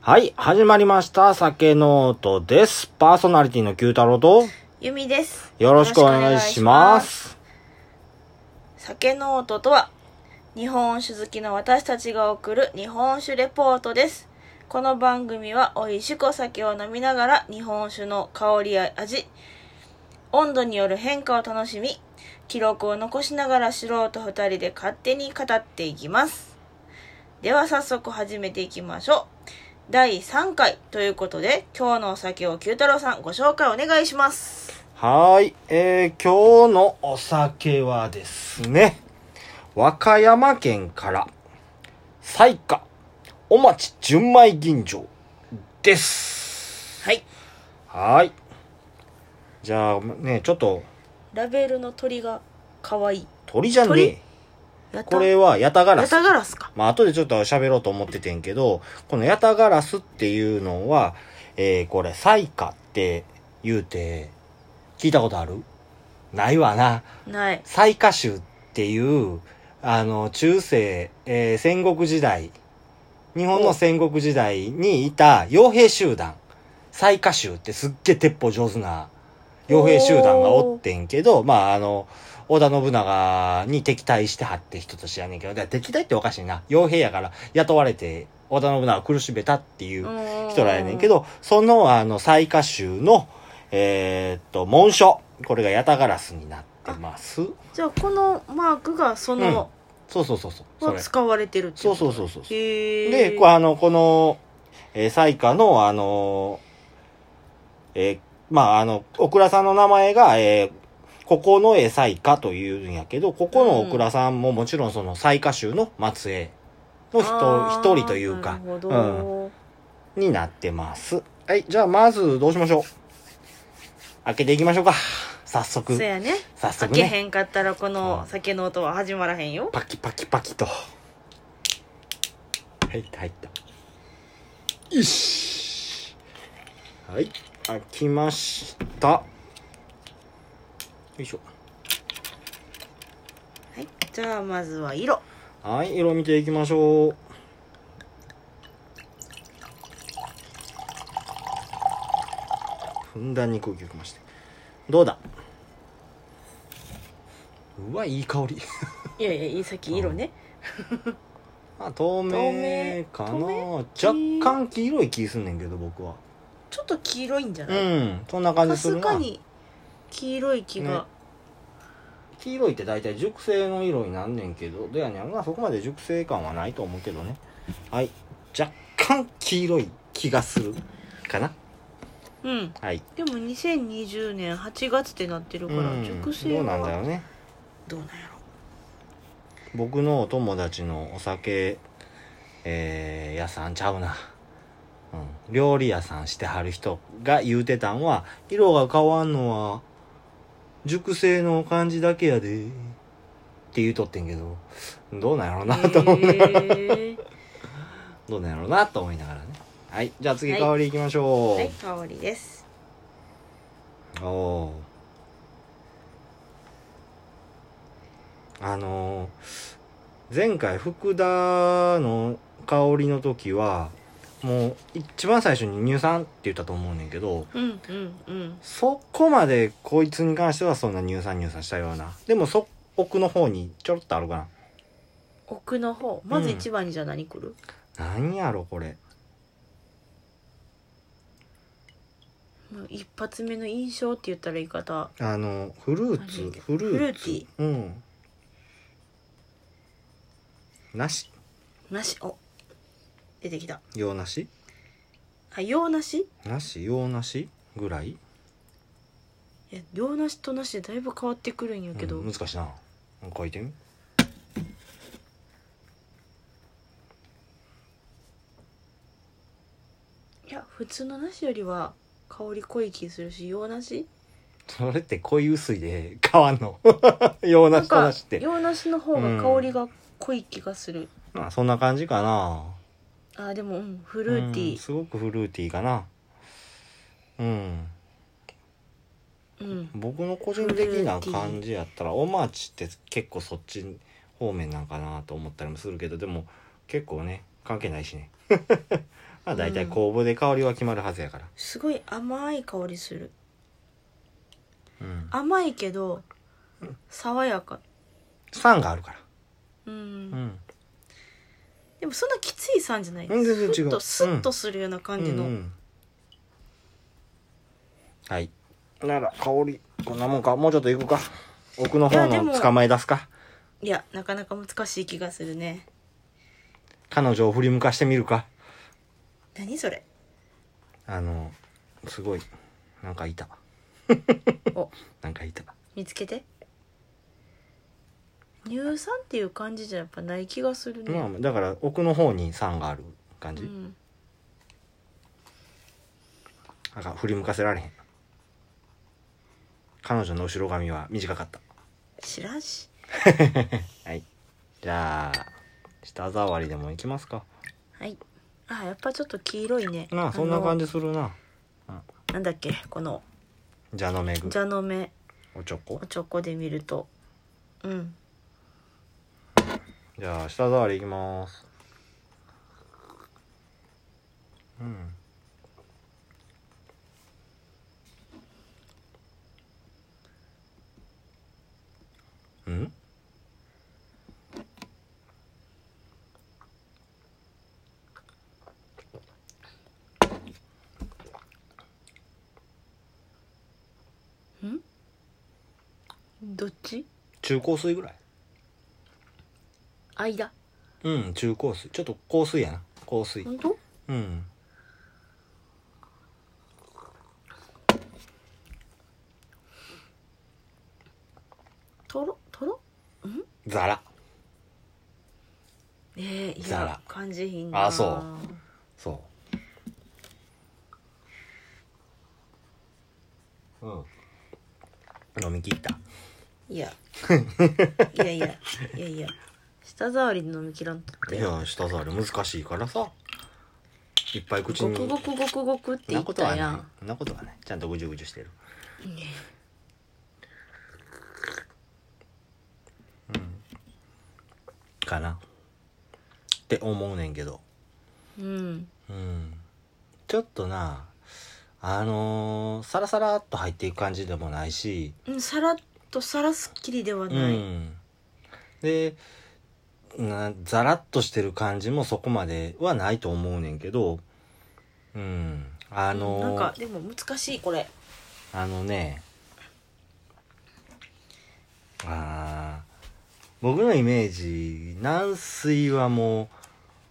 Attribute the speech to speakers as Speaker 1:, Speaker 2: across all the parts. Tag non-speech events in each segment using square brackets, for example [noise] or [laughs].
Speaker 1: はい、始まりました。酒ノートです。パーソナリティの九太郎と、
Speaker 2: ゆみです。
Speaker 1: よろしくお願いします。
Speaker 2: 酒ノートとは、日本酒好きの私たちが送る日本酒レポートです。この番組は美味しくお酒を飲みながら日本酒の香りや味、温度による変化を楽しみ、記録を残しながら素人二人で勝手に語っていきます。では早速始めていきましょう。第3回ということで、今日のお酒を九太郎さんご紹介お願いします。
Speaker 1: はーい、えー、今日のお酒はですね、和歌山県から、西下、お町純米吟醸です。
Speaker 2: はい。
Speaker 1: はーい。じゃあね、ちょっと、
Speaker 2: ラベルの鳥が可愛い。
Speaker 1: 鳥じゃねえ。
Speaker 2: やた
Speaker 1: これは、ヤタガラ
Speaker 2: ヤ
Speaker 1: ス。
Speaker 2: タガラスか。
Speaker 1: まあ、後でちょっと喋ろうと思っててんけど、このヤタガラスっていうのは、えー、これ、サイカって言うて、聞いたことあるないわな。
Speaker 2: ない。
Speaker 1: サイカ州っていう、あの、中世、えー戦国時代、日本の戦国時代にいた傭兵集団、サイカ州ってすっげえ鉄砲上手な傭兵集団がおってんけど、まあ、あの、織田信長に敵対してはって人としてやねんけど、だから敵対っておかしいな。傭兵やから雇われて、織田信長を苦しめたっていう人
Speaker 2: 人
Speaker 1: らやねんけ。ど、その、あの、最下州の、えーっと、紋章。これがヤタガラスになってます。
Speaker 2: じゃあこのマークがその、
Speaker 1: そうそうそうそう。そ
Speaker 2: は
Speaker 1: れ。
Speaker 2: 使われてるって
Speaker 1: そうそううそうそう。
Speaker 2: そう。へ
Speaker 1: で、こうあの、この、えー、最下の、あのー、えーまあ、あの、オクラさんの名前が、えーここのえ最下というんやけど、ここのオクラさんももちろんその最下州の末裔の人、一人というか
Speaker 2: な、るほど、
Speaker 1: うんになってます。はい、じゃあまずどうしましょう開けていきましょうか。早速
Speaker 2: そう、やね。
Speaker 1: 早
Speaker 2: 開
Speaker 1: 速
Speaker 2: け
Speaker 1: ね。
Speaker 2: へんかったらこ
Speaker 1: う
Speaker 2: の
Speaker 1: ん
Speaker 2: 酒の音は始まらへんよ。
Speaker 1: パキパキパキと。はい、入った。よし。はい、開きました。よいしょ。
Speaker 2: はい。じゃあまずは色。
Speaker 1: はい、色見ていきましょう。ふんだんに空気を含まして。どうだうわ、いい香り。
Speaker 2: いやいや、いい先色ね。
Speaker 1: あ、透明かな
Speaker 2: 透
Speaker 1: 若干黄色い気すんねんけど、僕は。
Speaker 2: ちょっと黄色いんじゃ
Speaker 1: う
Speaker 2: ない
Speaker 1: ん、そんな感
Speaker 2: か
Speaker 1: じす
Speaker 2: す
Speaker 1: るな
Speaker 2: か。に黄色い気が。
Speaker 1: ね黄色いって大体熟成の色になんねんけど、どうやねんな、そこまで熟成感はないと思うけどね。はい、若干黄色い気がするかな。
Speaker 2: うん。
Speaker 1: はい。
Speaker 2: でも2020年8月ってなってるから、
Speaker 1: うん
Speaker 2: 熟成
Speaker 1: ど
Speaker 2: は
Speaker 1: うなんだよね
Speaker 2: どうなんやろ
Speaker 1: 僕のお友達のお酒、えー、屋さんちゃうな、うん、料理屋さんしてはる人が言うてたんは色が変わんのは熟成の感じだけやでって言うとってんけどどうなんやろうなと、
Speaker 2: へー
Speaker 1: どうなんやろうなと思いながらねはいじゃあ次
Speaker 2: はい
Speaker 1: 香りいきましょう、
Speaker 2: はい、香りです。
Speaker 1: おおーあのー前回福田の香りの時はもう一番最初に乳酸って言ったと思うねんけど
Speaker 2: うんうんうん。
Speaker 1: そこまでこいつに関してはそんな乳酸乳酸したようなでもそ奥の方にちょろっとあるか
Speaker 2: 奥の方、まず一番にじゃあ何来る？
Speaker 1: ななんやろこれ
Speaker 2: もう一発目の印象って言ったら言い方。
Speaker 1: あのフルーツフル
Speaker 2: フル
Speaker 1: ー
Speaker 2: ー
Speaker 1: ツ
Speaker 2: ティー
Speaker 1: うん梨
Speaker 2: なし、お、出てきた。
Speaker 1: 洋梨
Speaker 2: あ、洋梨？
Speaker 1: 梨洋梨ぐらい
Speaker 2: いや、洋梨となしでだいぶ変わってくるんやけど。
Speaker 1: うん難しいな書いてみ
Speaker 2: いや、普通のなしよりは香り濃い気するし、洋梨？
Speaker 1: それって濃い薄いで変わんの [laughs] 洋
Speaker 2: なん
Speaker 1: 梨と
Speaker 2: か
Speaker 1: 梨って
Speaker 2: 洋梨の方が香りが濃い気がする。
Speaker 1: まあそんな感じかな
Speaker 2: あ、でもうん、フルーテ
Speaker 1: うん
Speaker 2: ィー。
Speaker 1: すごくフルーティーかなうん
Speaker 2: うん。
Speaker 1: 僕の個人的な感じやったらおまちって結構そっち
Speaker 2: [laughs]
Speaker 1: 方面なんかなと思ったりもするけどでも結構ね関係ないしねまあ大体
Speaker 2: うん
Speaker 1: 公募で香りは決まるはずやから。
Speaker 2: すごい甘い香りする
Speaker 1: うん。
Speaker 2: 甘いけど爽やか
Speaker 1: 酸があるから。
Speaker 2: うん、
Speaker 1: うん。
Speaker 2: でもそんなきつい酸じゃない
Speaker 1: うん全然違う
Speaker 2: ふっとスッ
Speaker 1: う
Speaker 2: と
Speaker 1: ん
Speaker 2: するような感じの、
Speaker 1: うんうんはい。なら、香り、こんなもんか。もうちょっと行くか。奥の方
Speaker 2: いやでも
Speaker 1: の捕まえ出すか。
Speaker 2: いやなかなか難しい気がするね
Speaker 1: 彼女を振り向かしてみるか。
Speaker 2: 何それ
Speaker 1: あの、すごい、なんかいた。
Speaker 2: お
Speaker 1: なんかいた。
Speaker 2: 見つけて乳酸っていう感じじゃやっぱない気がするね、
Speaker 1: まあ、だから奥の方に酸がある感
Speaker 2: う
Speaker 1: じ。
Speaker 2: ん、
Speaker 1: なんか振り向かせられへん。彼女の後ろ髪は短かった。
Speaker 2: 知らんし
Speaker 1: はい。じゃあ、舌触りでもいきますか。
Speaker 2: はいあやっぱちょっと黄色いね
Speaker 1: なあ、そんな感じするな。
Speaker 2: じなんだっけこの
Speaker 1: じゃのめぐ。
Speaker 2: 蛇の目
Speaker 1: おちょこ
Speaker 2: お。ちょこで見るとうん
Speaker 1: じゃあ、舌触りいきます。うん。うん
Speaker 2: どっち
Speaker 1: 中香水ぐらい
Speaker 2: 間
Speaker 1: うん、中香水。ちょっと香水やな。香水。
Speaker 2: 本当
Speaker 1: うん。
Speaker 2: とろとろ
Speaker 1: ザラ。
Speaker 2: えー、い
Speaker 1: ザ
Speaker 2: や
Speaker 1: ラ
Speaker 2: 感じひんな
Speaker 1: あそうそう。うん。飲み切った。[laughs]
Speaker 2: いやいやいやいやいや舌触りで飲みきらんとっ
Speaker 1: い
Speaker 2: て
Speaker 1: や、舌触り難しいからさ。いっぱい口
Speaker 2: ご
Speaker 1: に。
Speaker 2: くごくごくごくって
Speaker 1: そんな
Speaker 2: 言っ
Speaker 1: ことは
Speaker 2: た
Speaker 1: ない。
Speaker 2: やん
Speaker 1: そんなことはない。ちゃんとぐじゅぐじゅしてる。うん。かな。って思うねんけど。
Speaker 2: うん
Speaker 1: うん。ちょっとな、あのー、サラサラっと入っていく感じでもないし、
Speaker 2: うんさらっとさらすっきりでは
Speaker 1: う
Speaker 2: ない、
Speaker 1: ん。で、なザラッとしてる感じもそこまではないと思うねんけど、うん。あのー、
Speaker 2: なんかでも難しいこれ
Speaker 1: あのね、あー僕のイメージ、軟水はもう、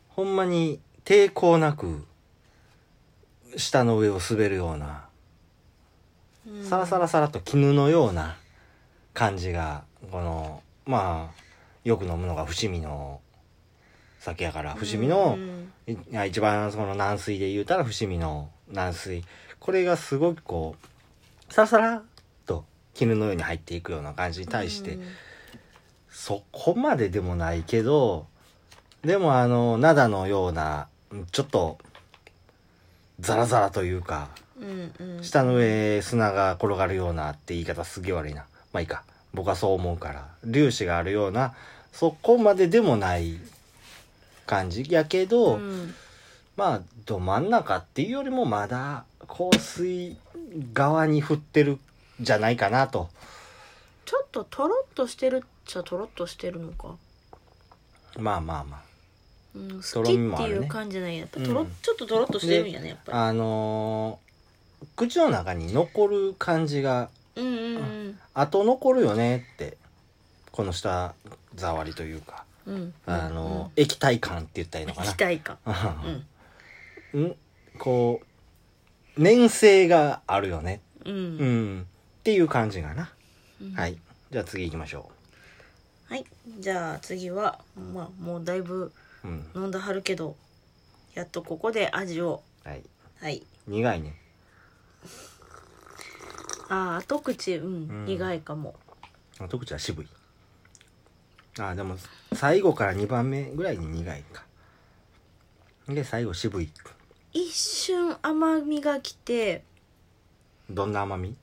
Speaker 1: ほんまに抵抗なく、下の上を滑るような、
Speaker 2: うん
Speaker 1: サラサラサラと絹のような感じが、この、まあ、よく飲むのが伏見の酒やから、伏見の
Speaker 2: う、ん
Speaker 1: いいや一番その軟水で言うたら伏見の軟水これがすごくこうサラサラっと絹のように入っていくような感じに対して、
Speaker 2: うん
Speaker 1: そこまででもないけどでもあの灘のようなうんちょっとザラザラというか
Speaker 2: うんうん
Speaker 1: 下の上砂が転がるようなって言い方すげえ悪いなまあいいか僕はそう思うから粒子があるようなそこまででもない感じやけど、
Speaker 2: うん
Speaker 1: まあど真ん中っていうよりもまだ香水側に振ってるんじゃないかなと
Speaker 2: ちょっととろっとしてるっちゃとろっとしてるのか、
Speaker 1: まあまあま
Speaker 2: うん、
Speaker 1: と
Speaker 2: 好き
Speaker 1: ろみも
Speaker 2: って
Speaker 1: あ
Speaker 2: い
Speaker 1: る
Speaker 2: う
Speaker 1: ね
Speaker 2: 感じじゃないやっぱ
Speaker 1: うん
Speaker 2: とろ、ちょっととろっとしてるんやねやっぱ
Speaker 1: ああのー口の中に残る感じが
Speaker 2: りうんうん
Speaker 1: あと残るよねってこの舌触りというか、
Speaker 2: うんうん
Speaker 1: あのー液体感って言ったらいいの
Speaker 2: 行
Speaker 1: かな
Speaker 2: きたいかうん
Speaker 1: うんこう粘性があるよね
Speaker 2: う、
Speaker 1: うんんっていう感じがな、
Speaker 2: うん
Speaker 1: はいじゃあ次行きましょ
Speaker 2: はいじゃあ次はまあもうだいぶ
Speaker 1: ううん
Speaker 2: 飲んだはるけどやっとここで味を
Speaker 1: はい
Speaker 2: はい
Speaker 1: 苦いね
Speaker 2: あー後口うん、
Speaker 1: うん
Speaker 2: 苦いかも
Speaker 1: あ特徴は渋いあでも最後から2番目ぐらいに苦いかで最後渋い
Speaker 2: 一瞬甘みがきて
Speaker 1: どんな甘み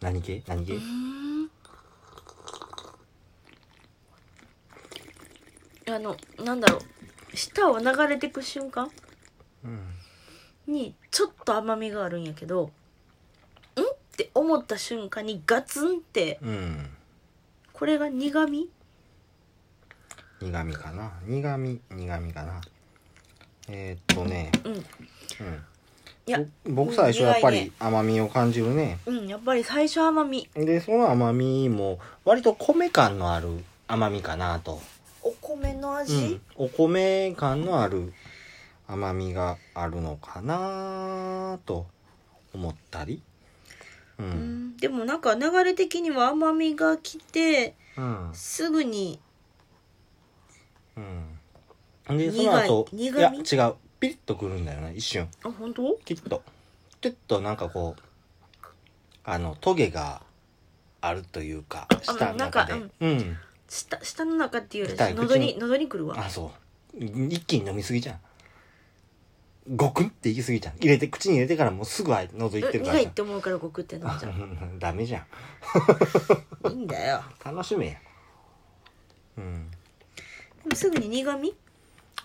Speaker 1: 何系何系、
Speaker 2: うーんあのなんだろう舌を流れてく瞬間
Speaker 1: うん
Speaker 2: にちょっと甘みがあるんやけどんって思った瞬間にガツンって
Speaker 1: うん
Speaker 2: これが苦味
Speaker 1: 苦味かな苦味苦味かなえーっとね
Speaker 2: うんい
Speaker 1: うん
Speaker 2: や
Speaker 1: ぼ僕最初やっぱ
Speaker 2: 苦い
Speaker 1: り
Speaker 2: ね
Speaker 1: 甘みを感じるね
Speaker 2: うんやっぱり最初甘み
Speaker 1: でその甘みも割と米感のある甘みかなと、
Speaker 2: お米の
Speaker 1: う
Speaker 2: 味、
Speaker 1: ん、お米感のある甘みがあるのかなと思ったりう
Speaker 2: うんんでもなんか流れ的には甘みが来て
Speaker 1: うん
Speaker 2: すぐに
Speaker 1: うんでその後
Speaker 2: 苦い苦味
Speaker 1: いや違うピリッとくるんだよね一瞬
Speaker 2: あ本当
Speaker 1: きっときっとなんかこうあのトゲがあるというか舌の中で
Speaker 2: うんなんか
Speaker 1: うん
Speaker 2: 舌舌の中っていうより
Speaker 1: 痛い
Speaker 2: 喉
Speaker 1: 口
Speaker 2: に
Speaker 1: に
Speaker 2: 喉にくるわ
Speaker 1: あそう一気に飲みすぎじゃんゴクンっていきすぎじゃん入れて口に入れてからもうすぐあい喉いってるか
Speaker 2: 苦
Speaker 1: ら
Speaker 2: い
Speaker 1: じ
Speaker 2: っ
Speaker 1: ゃん
Speaker 2: て思うからごくって飲んじゃ
Speaker 1: ダメじゃん [laughs]
Speaker 2: ういいんだよ
Speaker 1: 楽しめやうん
Speaker 2: でもすぐに苦味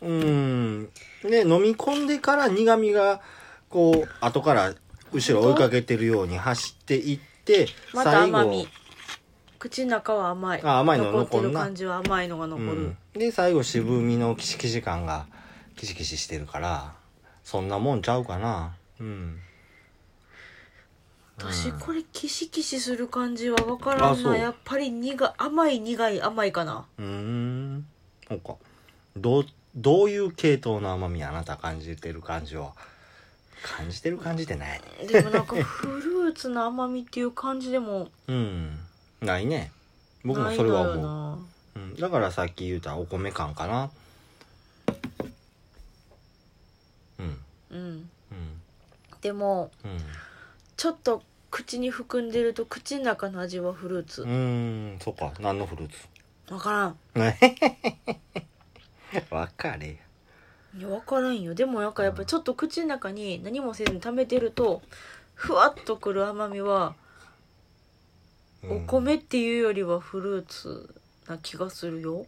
Speaker 1: うんで飲み込んでから苦味がこう後から後ろ追いかけてるように走っていって
Speaker 2: また甘み口の中は甘い
Speaker 1: あ甘いの
Speaker 2: 残って
Speaker 1: 残ん
Speaker 2: る
Speaker 1: な
Speaker 2: 感じは甘いのが残る、
Speaker 1: うん、で最後渋みのキシキシ感がキシキシしてるからそんなもんちゃうかなうん
Speaker 2: 私これキシキシする感じは分から
Speaker 1: あ
Speaker 2: ん
Speaker 1: そ
Speaker 2: な
Speaker 1: う
Speaker 2: やっぱり苦い甘い苦い甘いかな
Speaker 1: うーんそうかどうどういう系統の甘みあなた感じてる感じは感じてる感じてないね
Speaker 2: でもなんかフルーツの甘みっていう感じでも
Speaker 1: うんないね僕も
Speaker 2: ない
Speaker 1: そ
Speaker 2: の
Speaker 1: れは
Speaker 2: よ
Speaker 1: 思う、
Speaker 2: な
Speaker 1: うん、だからさっき言うたお米感かなうん
Speaker 2: うん
Speaker 1: うん
Speaker 2: でも
Speaker 1: うん
Speaker 2: ちょっと口に含んでると口の中の味はフルー
Speaker 1: う
Speaker 2: ツ
Speaker 1: ーんそっか何のフルーツ [laughs]
Speaker 2: 分からん
Speaker 1: わかれ
Speaker 2: いや分からんよでもなんかやっぱりちょっと口の中に何もせずに溜めてるとふわっとくる甘みは
Speaker 1: や
Speaker 2: お米っていうよりはフルーツな気がするよ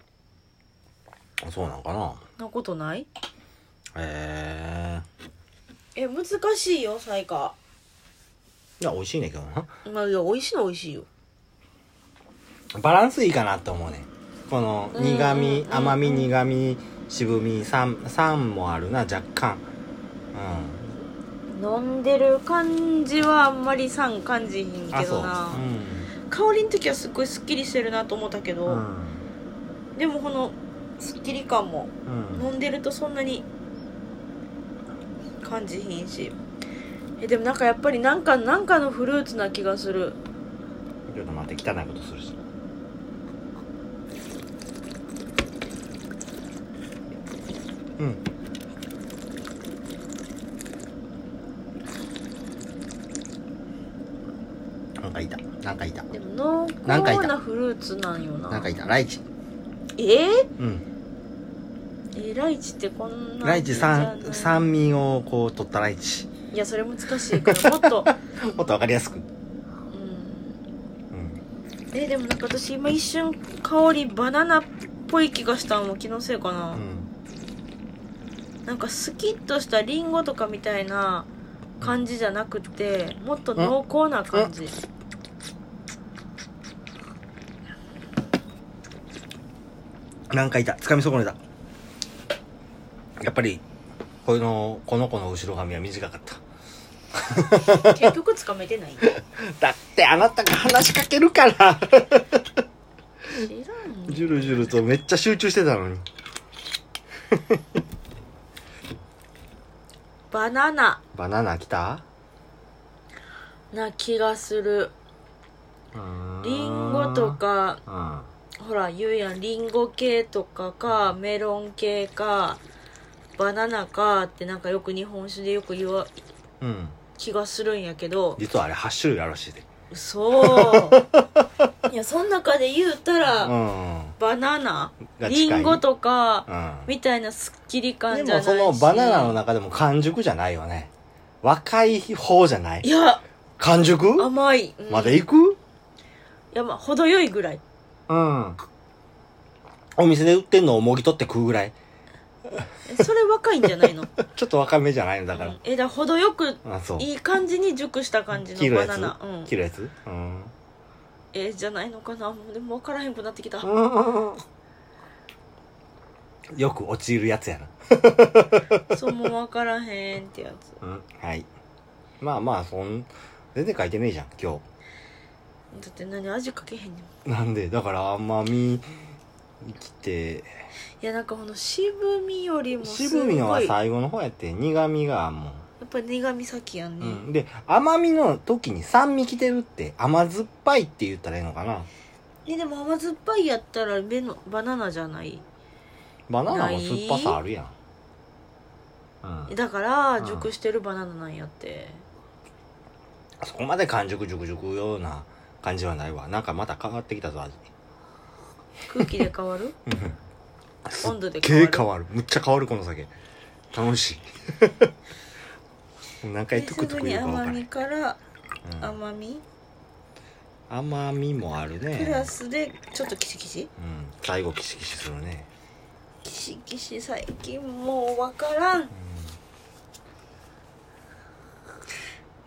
Speaker 1: うんそうなんかな
Speaker 2: なことない
Speaker 1: へえ
Speaker 2: え難しいよサイカ
Speaker 1: いや美味しいねんけどな
Speaker 2: まあいや美味しいの美味しいよ
Speaker 1: バランスいいかなと思うねこの
Speaker 2: うん
Speaker 1: 苦
Speaker 2: う
Speaker 1: 味
Speaker 2: ん
Speaker 1: 甘み
Speaker 2: うん
Speaker 1: 苦味渋み酸酸もあるな若干う
Speaker 2: 飲んでる感じはあんまり酸感じひん
Speaker 1: ん
Speaker 2: けどな、香りの時はすっごいすっきりしてるなと思ったけど、
Speaker 1: うんうん
Speaker 2: でもこのすっきり感も
Speaker 1: うん
Speaker 2: 飲んでるとそんなに感じひんしえでもなんかやっぱりなんかなんかのフルーツな気がする
Speaker 1: ちょっと待って汚いことするしうんなんかいたなんかいた
Speaker 2: でも濃
Speaker 1: なんかい
Speaker 2: 厚
Speaker 1: た
Speaker 2: なフルーツなんよな
Speaker 1: なんかいたライチ
Speaker 2: えー、
Speaker 1: うん
Speaker 2: えーライチってこんな
Speaker 1: ライチ酸
Speaker 2: じゃない
Speaker 1: 酸味をこう取ったライチ
Speaker 2: いやそれ難しいからもっ
Speaker 1: [laughs]
Speaker 2: と、
Speaker 1: もっとわかりやすく、
Speaker 2: うん、
Speaker 1: うん、
Speaker 2: えでもなんか私今一瞬香りバナナっぽい気がしたんは気のせいかな、
Speaker 1: うん
Speaker 2: なんかスキッとしたリンゴとかみたいな感じじゃなくてもっと濃厚な感じ
Speaker 1: なんかいた掴み損ねたやっぱりこのこの子の後ろ髪は短かった
Speaker 2: 結局つかめてない
Speaker 1: だってあなたが話しかけるから
Speaker 2: 知らん
Speaker 1: [laughs] ジュルジュルとめっちゃ集中してたのに
Speaker 2: [laughs] バナナ
Speaker 1: バナナ来た
Speaker 2: な気がするリンゴとか
Speaker 1: うん
Speaker 2: ほら言うやんリンゴ系とかかメロン系かバナナかってなんかよく日本酒でよく言わ
Speaker 1: うん
Speaker 2: 気がするんやけど
Speaker 1: 実はあれ8種類あるらしいで [laughs]
Speaker 2: そういやそん中で言うたら、
Speaker 1: うん
Speaker 2: バナナ
Speaker 1: が近
Speaker 2: リ
Speaker 1: い
Speaker 2: ンゴとか
Speaker 1: うん
Speaker 2: みたいなすっきり感じゃ
Speaker 1: で
Speaker 2: な
Speaker 1: も
Speaker 2: いし
Speaker 1: そのバナナの中でも完熟じゃないよね若い方じゃない
Speaker 2: いや
Speaker 1: 完熟
Speaker 2: 甘い、うん
Speaker 1: まだ
Speaker 2: い
Speaker 1: 行く
Speaker 2: やまあ程よいぐらい
Speaker 1: [laughs] うん。お店で売ってんのをもぎ取って食うぐらい。
Speaker 2: えそれ若いんじゃないの
Speaker 1: ちょっと若めじゃないのだから
Speaker 2: うん、えだ程よく
Speaker 1: あそう
Speaker 2: いい感じに熟した感じ
Speaker 1: 切
Speaker 2: の
Speaker 1: る
Speaker 2: バ
Speaker 1: や
Speaker 2: ナ
Speaker 1: つ、
Speaker 2: ナ、うん、
Speaker 1: 切るやつうん
Speaker 2: えじゃないのかなもうでも分からへんくなってきた、
Speaker 1: [laughs] よく落ちるやつやな、
Speaker 2: そうもう分からへんってやつ
Speaker 1: うん、はいまあまあそん全然書いてねえじゃん今
Speaker 2: だって何味かけへんねんい
Speaker 1: 日なんでだから甘みきて
Speaker 2: やなんかこの渋みよりもす
Speaker 1: 渋
Speaker 2: ごい
Speaker 1: みのは
Speaker 2: や
Speaker 1: 最後の方やって苦みがも
Speaker 2: っぱり苦味先やん
Speaker 1: う、
Speaker 2: ね、
Speaker 1: うん、で甘みの時に酸味きてるって甘酸っぱいって言ったらいいのかな
Speaker 2: えでも甘酸っぱいやったら目のバナナじゃない
Speaker 1: バナナも酸っぱさあるやんうん
Speaker 2: だから熟してるバナナなんやって、
Speaker 1: そこまで完熟熟熟ような感じはないわなんかまた変わってきたぞ味
Speaker 2: 空気で変わる
Speaker 1: すっ
Speaker 2: 温度で
Speaker 1: げ
Speaker 2: 変
Speaker 1: え
Speaker 2: わる
Speaker 1: 変わるむっちゃ変わるこの酒楽しい [laughs] 何回トクト
Speaker 2: す
Speaker 1: ク
Speaker 2: ぐに
Speaker 1: 言うか分か
Speaker 2: 甘
Speaker 1: らへ
Speaker 2: み
Speaker 1: ん
Speaker 2: から
Speaker 1: うん
Speaker 2: 甘み、
Speaker 1: 甘みもある
Speaker 2: プラ
Speaker 1: ね
Speaker 2: スでちょっとキシキシ
Speaker 1: うん最後キシキシするね
Speaker 2: キシキシ最近もう分からん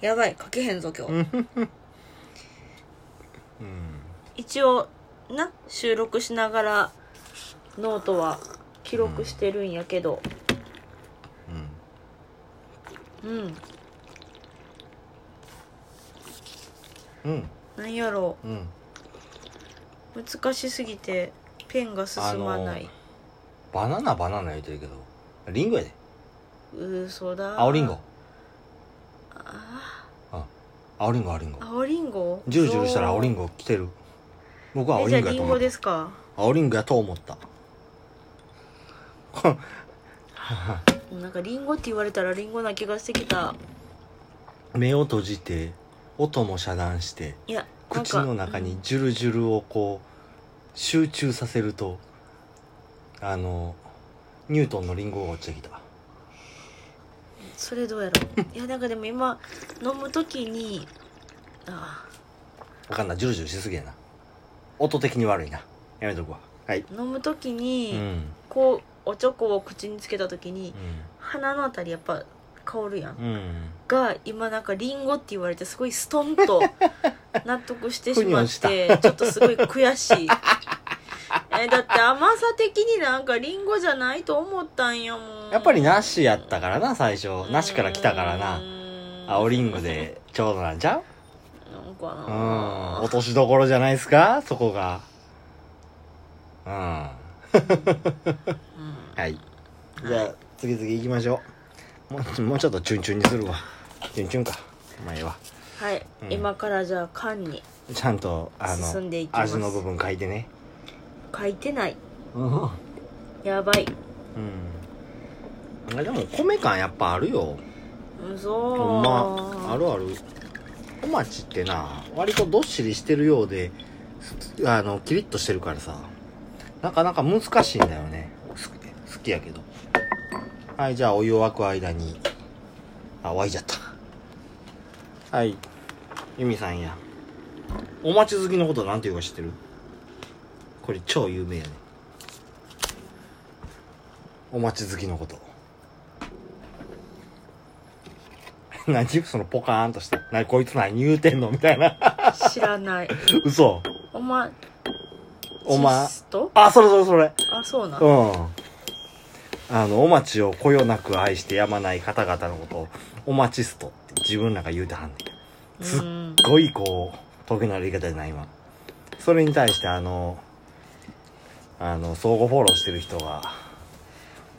Speaker 2: やばいかけへんぞ今日、
Speaker 1: うん
Speaker 2: 一応な収録しながらノートは記録してるんやけど
Speaker 1: うん
Speaker 2: うん
Speaker 1: うん
Speaker 2: なんやろ
Speaker 1: うん
Speaker 2: う難しすぎてペンが進まない、
Speaker 1: バナナバナナ言うてるけどリンゴやで
Speaker 2: 嘘だ
Speaker 1: 青リンゴ
Speaker 2: あ
Speaker 1: うん青リンゴ青リンゴ
Speaker 2: ー青リンゴ
Speaker 1: ジュルジュルしたら青リンゴ来てる僕は
Speaker 2: え
Speaker 1: 青
Speaker 2: じ
Speaker 1: リ
Speaker 2: ゃあ
Speaker 1: ンゴや
Speaker 2: リ
Speaker 1: と
Speaker 2: ン
Speaker 1: 思っ
Speaker 2: ゴ
Speaker 1: た
Speaker 2: ですか
Speaker 1: 青リンゴやと思った
Speaker 2: もうなんかリンゴって言われたらリンゴな気がしてきた
Speaker 1: 目を閉じて音も遮断して
Speaker 2: いやなん
Speaker 1: 口
Speaker 2: か
Speaker 1: の中にジュルジュルをこう集中させるとあのニュートンのリンゴが落ちてきた
Speaker 2: それどうやろ
Speaker 1: [laughs]
Speaker 2: ういやなんかでも今飲む時にあ
Speaker 1: わかんないジュルジュルしすぎやな音的に悪いなやめとくわはい
Speaker 2: ー飲む時
Speaker 1: う
Speaker 2: に、
Speaker 1: ん、
Speaker 2: こうおちょこを口につけた時に鼻のあたりやっぱ香るやん
Speaker 1: うんうん
Speaker 2: が今なんかリンゴって言われてすごいストン
Speaker 1: [laughs]
Speaker 2: と納得してし
Speaker 1: ふに
Speaker 2: ま
Speaker 1: ょ
Speaker 2: っ
Speaker 1: んした
Speaker 2: てちょっとすごい悔
Speaker 1: [laughs]
Speaker 2: しいえだって甘さ的になんかリンゴじゃないと思ったんやもん
Speaker 1: やっぱりなしやったからな最
Speaker 2: う
Speaker 1: 初
Speaker 2: ん
Speaker 1: なしから来たから
Speaker 2: う
Speaker 1: なん青リンゴでちょうどなんちゃう
Speaker 2: なんか
Speaker 1: う
Speaker 2: なん
Speaker 1: 落としどころじゃないですかそこがうんはいじゃあ次々行きましょうもうちょもうちょっとチュンチュンにするわチュンチュンかまあええわ
Speaker 2: はい、
Speaker 1: うん
Speaker 2: 今からじゃあ缶に
Speaker 1: ちゃんとあ
Speaker 2: 進ん
Speaker 1: の
Speaker 2: でいきます
Speaker 1: 味の部分書いてね
Speaker 2: 書いてない
Speaker 1: うん、うん、
Speaker 2: やばい
Speaker 1: あでも米感やっぱあるよ
Speaker 2: うそ
Speaker 1: ほんまあるある小町ってな割とどっしりしてるようであのキリッとしてるからさなかなか難しいんだよね好き好きやけどはいじゃあお湯を沸く間にあ沸いちゃったはい由美さんやお町好きのことなんていうか知ってるこれ超有名やねお町好きのこと [laughs] 何そのポカーンとして何こいつ何言うてんのみたいな [laughs]
Speaker 2: 知らない
Speaker 1: 嘘
Speaker 2: おま
Speaker 1: おま
Speaker 2: チスト
Speaker 1: あそれそれそれ
Speaker 2: あそうな
Speaker 1: うんんあのお町をこよなく愛してやまない方々のことをお町ストって自分らが言うてはんねんすっ
Speaker 2: うん
Speaker 1: ごいこう得意なやり方じゃない今それに対してあのあの相互フォローしてる人が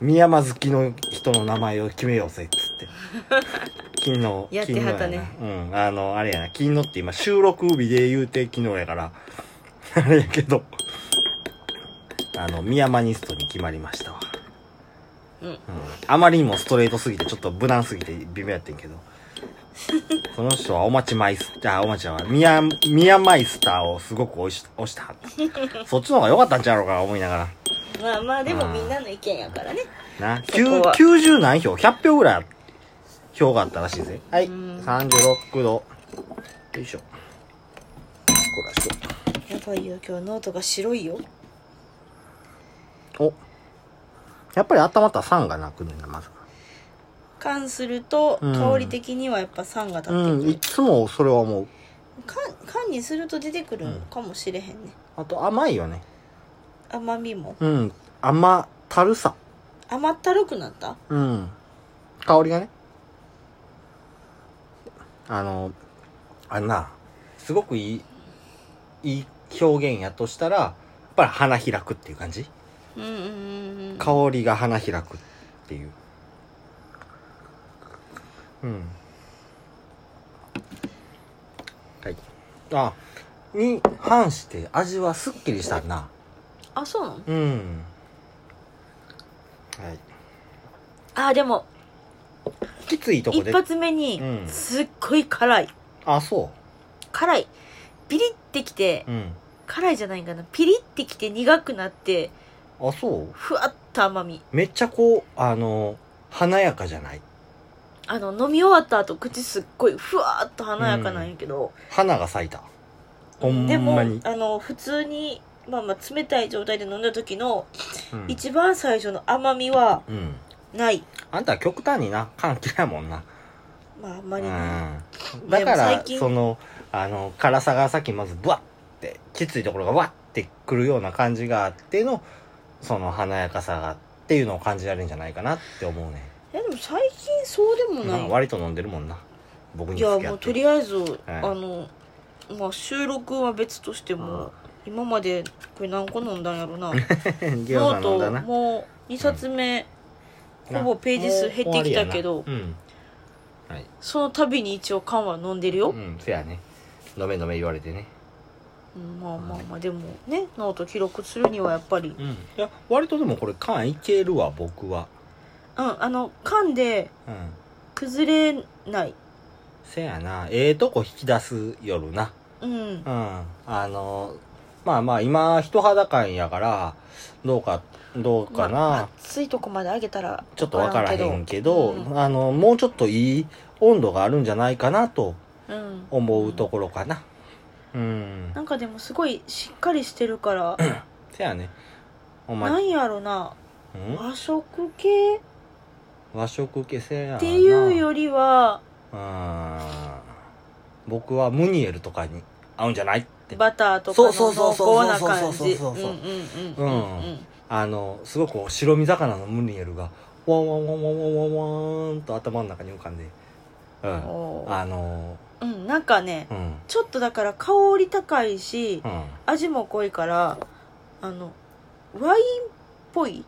Speaker 1: 宮間好きの人の名前を決めようぜっつって
Speaker 2: [laughs]
Speaker 1: 金の
Speaker 2: やってはったね
Speaker 1: 金のやなうんあのあれやな金のって今収録日で言うて昨日やから [laughs] あれやけどあの宮間ニストに決まりましたわ
Speaker 2: うん
Speaker 1: あまりにもストレートすぎて、ちょっと無難すぎて微妙やってんけど。その人はお待ちマイスター、あお待ちは、ミヤ、ミヤマイスターをすごく押し、押したはった。そっちの方が良かったんちゃうのか思いなが
Speaker 2: まあまあでも
Speaker 1: うん
Speaker 2: みんなの意見やからね
Speaker 1: ら。な、
Speaker 2: こは
Speaker 1: 90何票 ?100 票ぐらい票があったらしいぜ。はい。
Speaker 2: うん
Speaker 1: 36度。よいしょ。こらし
Speaker 2: やばいよ今日ノートが白いよ
Speaker 1: ょ。お。やっぱり頭ったら酸がなくるんだ、まず。
Speaker 2: 缶すると、
Speaker 1: うん
Speaker 2: 香り的にはやっぱ酸が立ってくる、
Speaker 1: うん、いつもそれは思う。
Speaker 2: 缶缶にすると出てくるのかもしれへんね、
Speaker 1: あと甘いよね。
Speaker 2: 甘みも
Speaker 1: うん、甘たるさ。
Speaker 2: 甘ったるくなった
Speaker 1: うん。香りがね。あの、あんな、すごくいい、いい表現やとしたら、やっぱり花開くっていう感じ
Speaker 2: うんうんうんうん
Speaker 1: 香りが花開くっていう。うん。はい。あ、に反して味はすっきりしたな。
Speaker 2: あそうなの
Speaker 1: うん。はい。
Speaker 2: あでも
Speaker 1: きついとこ
Speaker 2: 一
Speaker 1: で。
Speaker 2: 発目に
Speaker 1: うん
Speaker 2: すっごい辛い、
Speaker 1: あ、そ
Speaker 2: 辛いピリってきて
Speaker 1: う。うん。
Speaker 2: 辛いじゃないかなピリってきて苦くなって
Speaker 1: あ、そう
Speaker 2: ふわっと甘み
Speaker 1: めっちゃこう、あの、華やかじゃない。
Speaker 2: あの飲み終わった後口すっごいふわっと華やかなんやけど、
Speaker 1: 花が咲いた。ほん
Speaker 2: でも
Speaker 1: まに。
Speaker 2: あの普通にまあまあ冷たい状態で飲んだ時の
Speaker 1: うん。
Speaker 2: 一番最初の甘みは
Speaker 1: うん。
Speaker 2: ない
Speaker 1: あんたは極端にな、感嫌やもんな。
Speaker 2: まああんまりね
Speaker 1: うん、
Speaker 2: で
Speaker 1: だ
Speaker 2: も
Speaker 1: か
Speaker 2: 最
Speaker 1: ら
Speaker 2: 近
Speaker 1: そのあの辛さがさっきまずブワッてきついところがワッてくるような感じがあってのその華やかさがっていうのを感じられるんじゃないかなって思うね、
Speaker 2: いやでも最近そうでも
Speaker 1: ま
Speaker 2: な
Speaker 1: あ
Speaker 2: い
Speaker 1: 割と飲んでるもんな僕
Speaker 2: い
Speaker 1: に
Speaker 2: や
Speaker 1: 付き合
Speaker 2: もう
Speaker 1: っ
Speaker 2: と
Speaker 1: て
Speaker 2: りあえず、あ
Speaker 1: い
Speaker 2: の、まあ、収録は別としても、今までこれ何個飲んだんやろな
Speaker 1: [laughs]
Speaker 2: ノ
Speaker 1: ゲオさ
Speaker 2: ー
Speaker 1: ん飲んだ
Speaker 2: ト
Speaker 1: な
Speaker 2: もう2冊目、
Speaker 1: な
Speaker 2: ほぼページ数減ってきたけど
Speaker 1: もう終わりやなうんはい
Speaker 2: その度に一応缶は飲んでるよ
Speaker 1: う、んせやね飲め飲め言われてね
Speaker 2: うんまあまあまあでもねノート記録するにはやっぱりうん
Speaker 1: うんいや割とでもこれ缶いけるわ僕は
Speaker 2: あの缶で
Speaker 1: うん
Speaker 2: 崩れない
Speaker 1: せやなええとこ引き出す夜な
Speaker 2: うん
Speaker 1: うん。あの、まあまあ、今、人肌感やから、どうか、どうかな、
Speaker 2: まあ、熱いとこまで上げたら
Speaker 1: ちょっとわからへんけど、
Speaker 2: わからんけど
Speaker 1: あの、もうちょっといい温度があるんじゃないかなと
Speaker 2: うん
Speaker 1: 思うところかな。うん
Speaker 2: な。んかでもすごいしっかりしてるから
Speaker 1: せやね。お前、
Speaker 2: なんんやろな和食系
Speaker 1: 和食系せやな。
Speaker 2: っていうよりは
Speaker 1: うん。僕はムニエルとかに合うんじゃないって。
Speaker 2: バターとかの
Speaker 1: そうそう
Speaker 2: 濃
Speaker 1: そう
Speaker 2: 厚
Speaker 1: そ
Speaker 2: な
Speaker 1: うそう
Speaker 2: 感じ
Speaker 1: そうそうそうそう
Speaker 2: うんうんうんうん
Speaker 1: うあの、すごく白身魚のムニエルが、ワンワンワンワンワンワンワーンと頭の中に浮かんで、うん。
Speaker 2: おー
Speaker 1: あの
Speaker 2: うんなんかね
Speaker 1: ー、うん。
Speaker 2: ちょっとだから香り高いし
Speaker 1: うん。
Speaker 2: 味も濃いからあのワインっぽい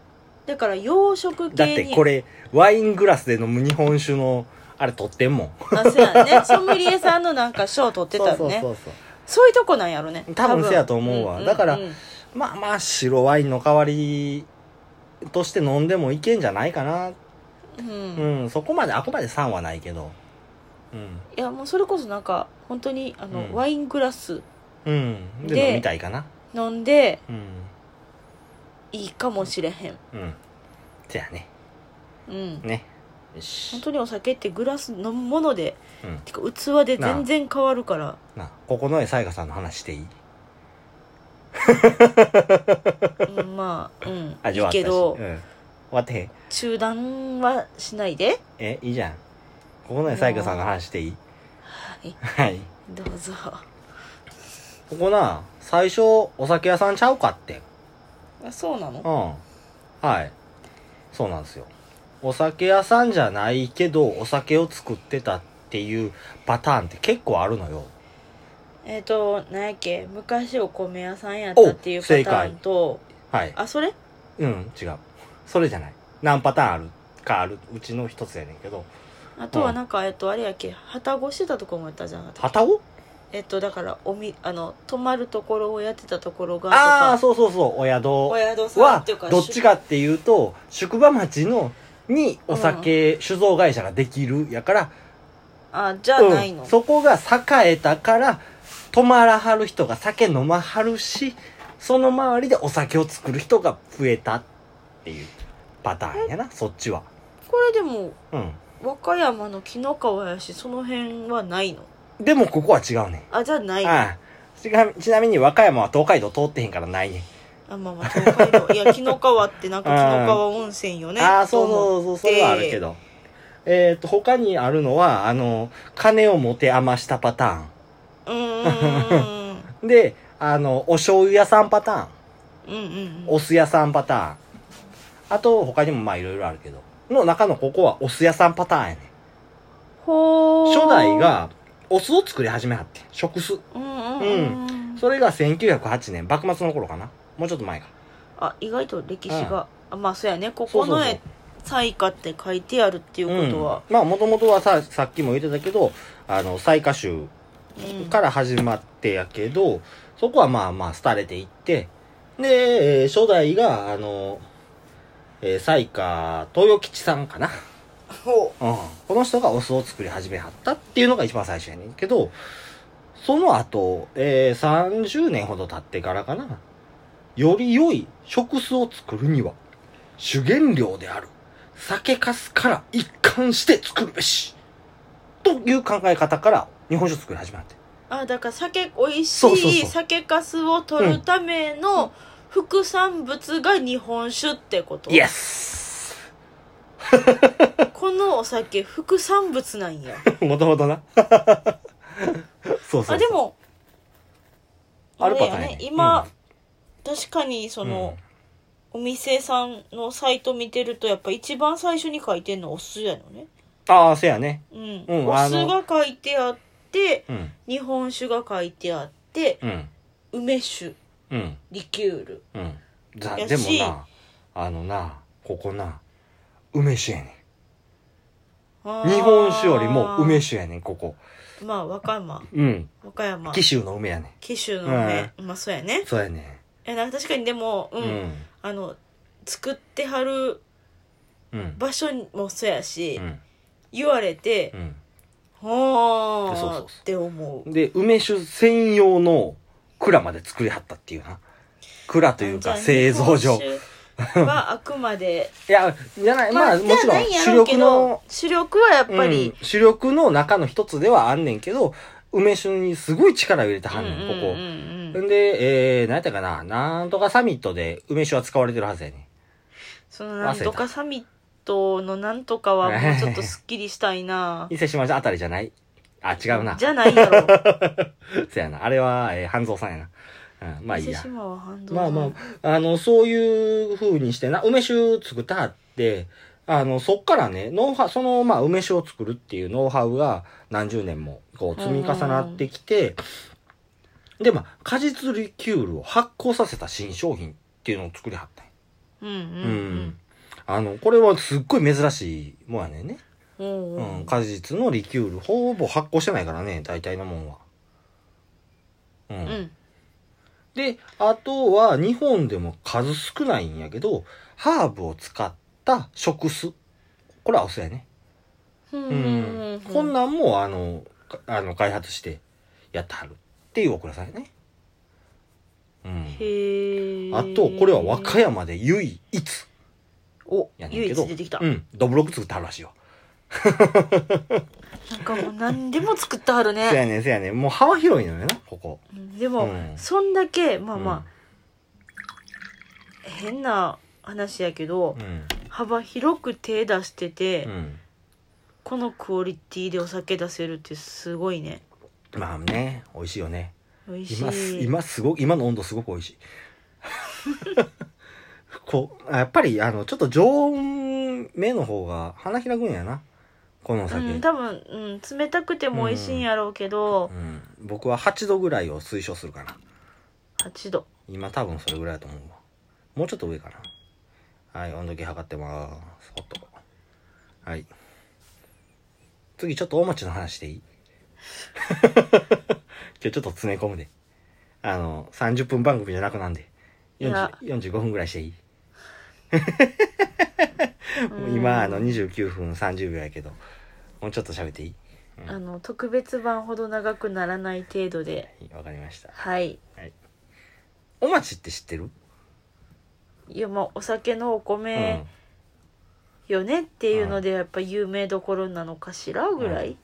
Speaker 2: だから洋食
Speaker 1: だっ
Speaker 2: 系
Speaker 1: て
Speaker 2: に
Speaker 1: これ、ワイングラスで飲む日本酒の、あれ取ってんもん。
Speaker 2: あそうやねソムリエさんのなんか賞取ってたよね
Speaker 1: そ
Speaker 2: そうう
Speaker 1: そうそうそう。
Speaker 2: いうとこなんやろね
Speaker 1: 多分せやと思うわだから
Speaker 2: ん
Speaker 1: まあまあ、白ワインの代わりとして飲んでもいけんじゃないかな。
Speaker 2: うんうん
Speaker 1: うん、そこまで、あくまで酸はないけど。うん。
Speaker 2: いやもうそれこそなんか本当にあの、
Speaker 1: うん
Speaker 2: ワイングラス
Speaker 1: うん。で、
Speaker 2: で
Speaker 1: 飲みたいかな。
Speaker 2: 飲んで
Speaker 1: うん。
Speaker 2: いいかもしれへん
Speaker 1: うん。せやね。
Speaker 2: うん
Speaker 1: ね。よし
Speaker 2: 本。当にお酒ってグラス飲むもので
Speaker 1: うん。
Speaker 2: てか器で全然変わるから
Speaker 1: なあここの絵、さやかさんの話していい
Speaker 2: うんまあうんい
Speaker 1: [laughs] 味
Speaker 2: い
Speaker 1: わったし。
Speaker 2: けど
Speaker 1: うん。終わってへん。
Speaker 2: 中断はしないで
Speaker 1: え、いいじゃん。ここの絵、さやかさんの話していい
Speaker 2: はい
Speaker 1: はい。
Speaker 2: どうぞ
Speaker 1: ここな、最初、お酒屋さんちゃうかってん。
Speaker 2: あそうな
Speaker 1: う
Speaker 2: の
Speaker 1: ん。はい。そうなんですよ。お酒屋さんじゃないけど、お酒を作ってたっていうパターンって結構あるのよ。
Speaker 2: えっ、となんやっけ昔お米屋さんやったっていうパターンと
Speaker 1: はい。
Speaker 2: あそれ
Speaker 1: うん、違う。それじゃない。何パターンあるかある、うちの一つやねんけど。
Speaker 2: あとはなんか、えっとあれやっけ旗越してたとこもやったじゃん
Speaker 1: 旗を
Speaker 2: えっとだからおみあの泊まるところをやってたところがと
Speaker 1: ああー、
Speaker 2: か
Speaker 1: そうそうそう、お宿。
Speaker 2: お宿さん
Speaker 1: は
Speaker 2: っていうか
Speaker 1: どっちかっていうと宿場町のにお酒、酒造会社ができるやから、
Speaker 2: あじゃあないの、
Speaker 1: うんそこが栄えたから泊まらはる人が酒飲まはるしその周りでお酒を作る人が増えたっていうパターンやなそっちは
Speaker 2: これでも
Speaker 1: うん
Speaker 2: 和歌山の紀の川やしその辺はないの
Speaker 1: でもここは違うね、
Speaker 2: あじゃあなんい
Speaker 1: ああちなみちなみに和歌山は東海道通ってへんからないねん
Speaker 2: あまあまあ東海道い
Speaker 1: [laughs]
Speaker 2: や紀の川ってなんか紀の川温泉よね
Speaker 1: ああそうそうそうそ
Speaker 2: と思って
Speaker 1: れはあるけどえっ、と他にあるのはあの金を持て余したパタ
Speaker 2: うーん
Speaker 1: ーンであのお醤油屋さんパターン
Speaker 2: うんうんうん
Speaker 1: お酢屋さんパターンあと他にもまあいろいろあるけどの中のここはお酢屋さんパターンやね
Speaker 2: ほー
Speaker 1: 初代がお酢を作り始めはって食酢
Speaker 2: うんうんうん、
Speaker 1: それが1908年幕末の頃かなもうちょっと前か
Speaker 2: あ意外と歴史
Speaker 1: うん
Speaker 2: が、あまあそうやねこ
Speaker 1: そう
Speaker 2: こ
Speaker 1: そう
Speaker 2: の
Speaker 1: そう
Speaker 2: 絵彩花って書いてあるっていうことは、
Speaker 1: うんまあもともとはささっきも言ってたけどあの雑賀州
Speaker 2: うん
Speaker 1: から始まってやけど、そこはまあまあ廃れていってで、えー初代があの、えー、雑賀豊吉さんかな、
Speaker 2: ほ
Speaker 1: うん、この人がお酢を作り始めはったっていうのが一番最初やねんけどその後、えー30年ほど経ってからかなより良い食酢を作るには主原料である酒粕から一貫して作るべしという考え方から日本酒を作り始めたって
Speaker 2: あだから酒美味し
Speaker 1: そうそうそ
Speaker 2: いう酒粕を取るための副産物が日本酒ってこと、
Speaker 1: イエス [laughs]
Speaker 2: このお酒副産物なんや
Speaker 1: もともとな。 [laughs] そうそうそう。
Speaker 2: あで、も
Speaker 1: アルパ
Speaker 2: あ
Speaker 1: カ
Speaker 2: れ
Speaker 1: やね
Speaker 2: やね。今、確かにその、お店さんのサイト見てるとやっぱ一番最初に書いてんのお酢やのね
Speaker 1: うん、ああ、せやね。
Speaker 2: うん、
Speaker 1: うん
Speaker 2: お
Speaker 1: あ
Speaker 2: 酢
Speaker 1: の
Speaker 2: が書いてあって
Speaker 1: うん、
Speaker 2: 日本酒が書いてあって
Speaker 1: うん、
Speaker 2: 梅酒
Speaker 1: うん、
Speaker 2: リキュール
Speaker 1: うん。だ
Speaker 2: やし
Speaker 1: でもな、あのな、ここな、梅酒やねん。日本酒よりも梅
Speaker 2: 酒
Speaker 1: 酒やねん、ここ。
Speaker 2: まあ和歌山
Speaker 1: うん。
Speaker 2: 和歌山
Speaker 1: 紀州の梅やね
Speaker 2: 紀州の梅、まあそうやね
Speaker 1: ん。そうやね。
Speaker 2: えなんか確かにでもうんん、
Speaker 1: うん。
Speaker 2: あの作ってはる
Speaker 1: うん。
Speaker 2: 場所もそうやし、
Speaker 1: うん。
Speaker 2: 言われて、
Speaker 1: うん。そ
Speaker 2: ほ
Speaker 1: うそう
Speaker 2: ー
Speaker 1: そう
Speaker 2: って思う
Speaker 1: で、梅酒専用の蔵まで作りはったっていうな。蔵というか
Speaker 2: じゃあ
Speaker 1: 製造所。
Speaker 2: 日本酒はあくまで
Speaker 1: いや、じゃない、 [laughs] まあ、
Speaker 2: じゃ
Speaker 1: もちろ
Speaker 2: なんいや
Speaker 1: 主
Speaker 2: ろうけ
Speaker 1: 力
Speaker 2: ど
Speaker 1: の
Speaker 2: 主力はやっぱり、
Speaker 1: うん主力の中の一つではあんねんけど梅酒にすごい力を入れてはんねん、
Speaker 2: う
Speaker 1: こ
Speaker 2: んうんうん
Speaker 1: こ
Speaker 2: うん
Speaker 1: んで、えー、何やったかななんとかサミットで梅酒は使われてるはずやね
Speaker 2: そのなんとかサミットのなんとかはもうちょっとすっきりした
Speaker 1: [laughs]
Speaker 2: いな
Speaker 1: 伊勢志摩市あたりじゃないあ違うな
Speaker 2: じゃないやろ
Speaker 1: そやなあれは、えー、半蔵さんやな、 [laughs] うん、まあいい
Speaker 2: 伊勢
Speaker 1: や
Speaker 2: 志摩は半蔵
Speaker 1: まあまああのそういう風にしてな梅酒作ってはってあのそっからねノウハウその、まあ、梅酒を作るっていうノウハウが何十年もこう積み重なってきて、でまあ果実リキュールを発酵させた新商品っていうのを作りはったんや
Speaker 2: うんうん
Speaker 1: うん、あのこれはすっごい珍しいもんやねんね、
Speaker 2: うんうん
Speaker 1: う
Speaker 2: うん
Speaker 1: ん果実のリキュールほぼ発酵してないからね大体のもんは、
Speaker 2: うんうん
Speaker 1: で、あとは日本でも数少ないんやけど、ハーブを使った食酢。これはお酢やね。
Speaker 2: うん
Speaker 1: う
Speaker 2: うんうん
Speaker 1: ん。こんなんも、あの、かあの開発してやってはるっていうお蔵さんやね。うん。
Speaker 2: へえ
Speaker 1: あと、これは和歌山で唯一、
Speaker 2: お
Speaker 1: やねん
Speaker 2: 唯
Speaker 1: け
Speaker 2: 一
Speaker 1: ど
Speaker 2: 出てきた、
Speaker 1: うん、ドブロック作ってはるらしいよ。
Speaker 2: なんかもう何でも作ってはる
Speaker 1: [laughs] せ
Speaker 2: ね
Speaker 1: やねん、せやねん。もう幅広いのよな、ここ。
Speaker 2: うんでも、
Speaker 1: うん
Speaker 2: そんだけまあまあ、変な話やけど
Speaker 1: う、ん。
Speaker 2: 幅広く手出してて、
Speaker 1: うん。
Speaker 2: このクオリティでお酒出せるってすごいね
Speaker 1: うん。まあね、美味しいよね。
Speaker 2: 美味しい
Speaker 1: 今す今すごく今の温度すごく美味しい [laughs] こうあやっぱりあのちょっと常温目の方が花開くんやなこのお酒、う
Speaker 2: うんん、多分、うん、冷たくても美味しいんやろうけど、
Speaker 1: 僕は8度ぐらいを推奨するかな
Speaker 2: 8度
Speaker 1: 今多分それぐらいだと思うわもうちょっと上かなはい温度計測ってますほっとはい次ちょっと大町の話でいい [laughs] 今日ちょっと詰め込むであの30分番組じゃなくなんで
Speaker 2: いや
Speaker 1: 40 45分ぐらいしていいもう
Speaker 2: [laughs] うん
Speaker 1: 今あの29分30秒やけどもうちょっと喋っていい
Speaker 2: あの特別版ほど長くならない程度で
Speaker 1: はいわかりました
Speaker 2: はい
Speaker 1: 大町って知ってる
Speaker 2: いやまあお酒のお
Speaker 1: う
Speaker 2: 米
Speaker 1: ん
Speaker 2: よねっていうのでやっぱ有名どころなのかしらぐらい、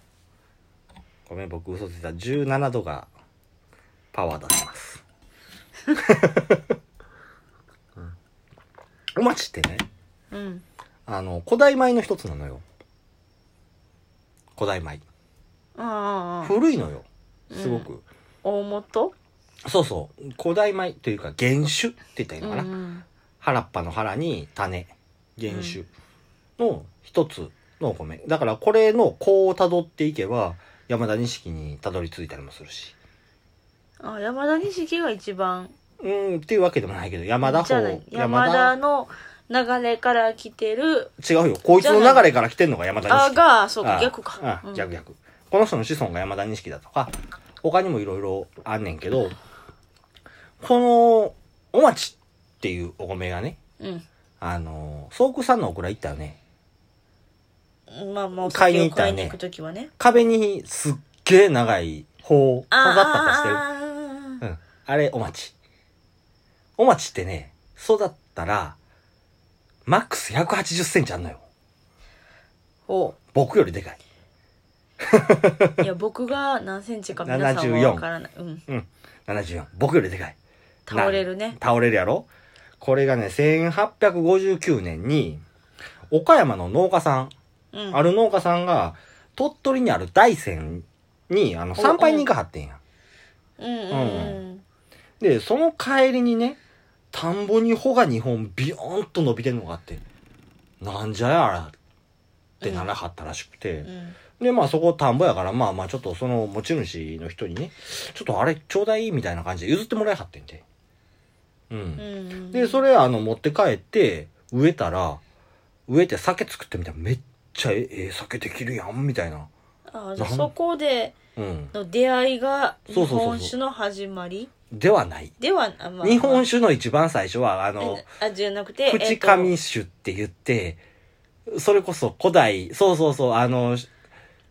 Speaker 1: ごめん僕嘘ついた17度がパワー出せますお町ってね、
Speaker 2: うん
Speaker 1: あの、古代米の一つなのよ。古代米。
Speaker 2: ああ
Speaker 1: 古いのよ。すごく。
Speaker 2: 大元
Speaker 1: そうそう。古代米というか、原種って言ったらいいのかな。
Speaker 2: うん
Speaker 1: 原っぱの原に種、原種の一つのお米。だからこれのこを辿っていけば、山田錦にたどり着いたりもするし。
Speaker 2: あ山田錦が一番
Speaker 1: うん、っていうわけでもないけど、山田
Speaker 2: じ
Speaker 1: 方
Speaker 2: ゃない、山田の流れから来てる
Speaker 1: 違うよ。こいつの流れから来てんのが山田
Speaker 2: あ
Speaker 1: 錦。
Speaker 2: がそう
Speaker 1: あ
Speaker 2: か
Speaker 1: あ
Speaker 2: 逆か、
Speaker 1: う、
Speaker 2: うんん
Speaker 1: 逆逆。この人の子孫が山田錦だとか、他にもいろいろあんねんけど、この、お町っていうお米がね、
Speaker 2: うん
Speaker 1: あの、宗久さんのオクラ行ったよね。
Speaker 2: まあもう
Speaker 1: 買いに行った
Speaker 2: 買
Speaker 1: よ
Speaker 2: い
Speaker 1: ね
Speaker 2: に行く時はね
Speaker 1: 壁にすっげえ長い棒をパタパタしてる。
Speaker 2: ああああああ
Speaker 1: うん。あれ、お待ち。お待ちってね、育ったら、マックス180センチあんのよ。
Speaker 2: ほ
Speaker 1: 僕よりでかい。
Speaker 2: ういや僕が何センチか皆さんはわからない、うん、
Speaker 1: うん。74。僕よりでかい。
Speaker 2: 倒れるね
Speaker 1: 倒れるやろこれがね、1859年に、岡山の農家さん、
Speaker 2: うん
Speaker 1: ある農家さんが、鳥取にある大山に、あの、参拝に行かはってんや。
Speaker 2: うんうんうん
Speaker 1: で、その帰りにね、田んぼに穂が2本ビヨーンと伸びてんのがあって、なんじゃやらってならはったらしくて、
Speaker 2: うん
Speaker 1: で、まあそこ田んぼやから、まあまあちょっとその持ち主の人にね、ちょっとあれちょうだいみたいな感じで譲ってもらいはってんて。う。
Speaker 2: うんんうん
Speaker 1: で、それあの持って帰って、植えたら、植えて酒作ってみたらめっちゃええええ酒できるやん、みたいな。
Speaker 2: あじゃあ
Speaker 1: なん
Speaker 2: そこで
Speaker 1: うん。
Speaker 2: の出会いが
Speaker 1: そ
Speaker 2: 日
Speaker 1: うそうそうそう
Speaker 2: 本酒の始まり
Speaker 1: ではない。
Speaker 2: ではあまあ
Speaker 1: 日本酒の一番最初は、あの、
Speaker 2: あじゃなくて
Speaker 1: 口
Speaker 2: え
Speaker 1: 紙
Speaker 2: っ
Speaker 1: 種って言って、それこそ古代、そうそうそう、あの、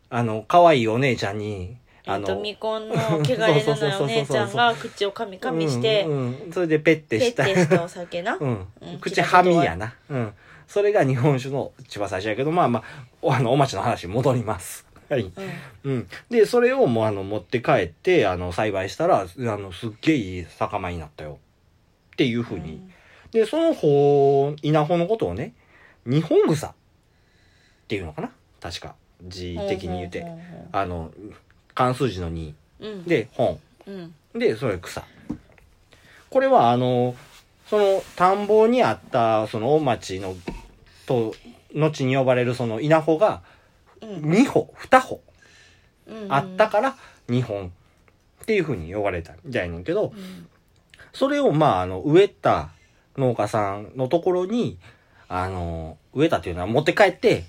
Speaker 1: あの、可愛いお姉ちゃんに、
Speaker 2: とえ
Speaker 1: あ
Speaker 2: っと
Speaker 1: の、
Speaker 2: 未婚の汚れのないお姉ちゃんが口をかみかみして
Speaker 1: うんうんそれでペッて
Speaker 2: ペッ
Speaker 1: した。
Speaker 2: てしたお酒な
Speaker 1: うん
Speaker 2: うん。
Speaker 1: 口はみやな。うん。それが日本酒の一番最初やけど、まあまあ、おあの、お待ちの話に戻ります。はい。
Speaker 2: うん
Speaker 1: うん。で、それをもうあの、持って帰って、あの、栽培したら、あの、すっげえいい酒米になったよ。っていうふうにで、その方、稲穂のことをね、日本草っていうのかな確か。字的に言うて。あの、漢数字の2
Speaker 2: うん
Speaker 1: で、本。
Speaker 2: うん
Speaker 1: で、それ草。これは、あの、その、田んぼにあった、その、大町の、と、後に呼ばれるその稲穂が、
Speaker 2: うん
Speaker 1: 2穂、2穂
Speaker 2: うん
Speaker 1: あったから、日本っていうふうに呼ばれたみたいなんけど、
Speaker 2: うん
Speaker 1: それを、まあ、あの、植えた農家さんのところに、あの、植えたっていうのは持って帰って、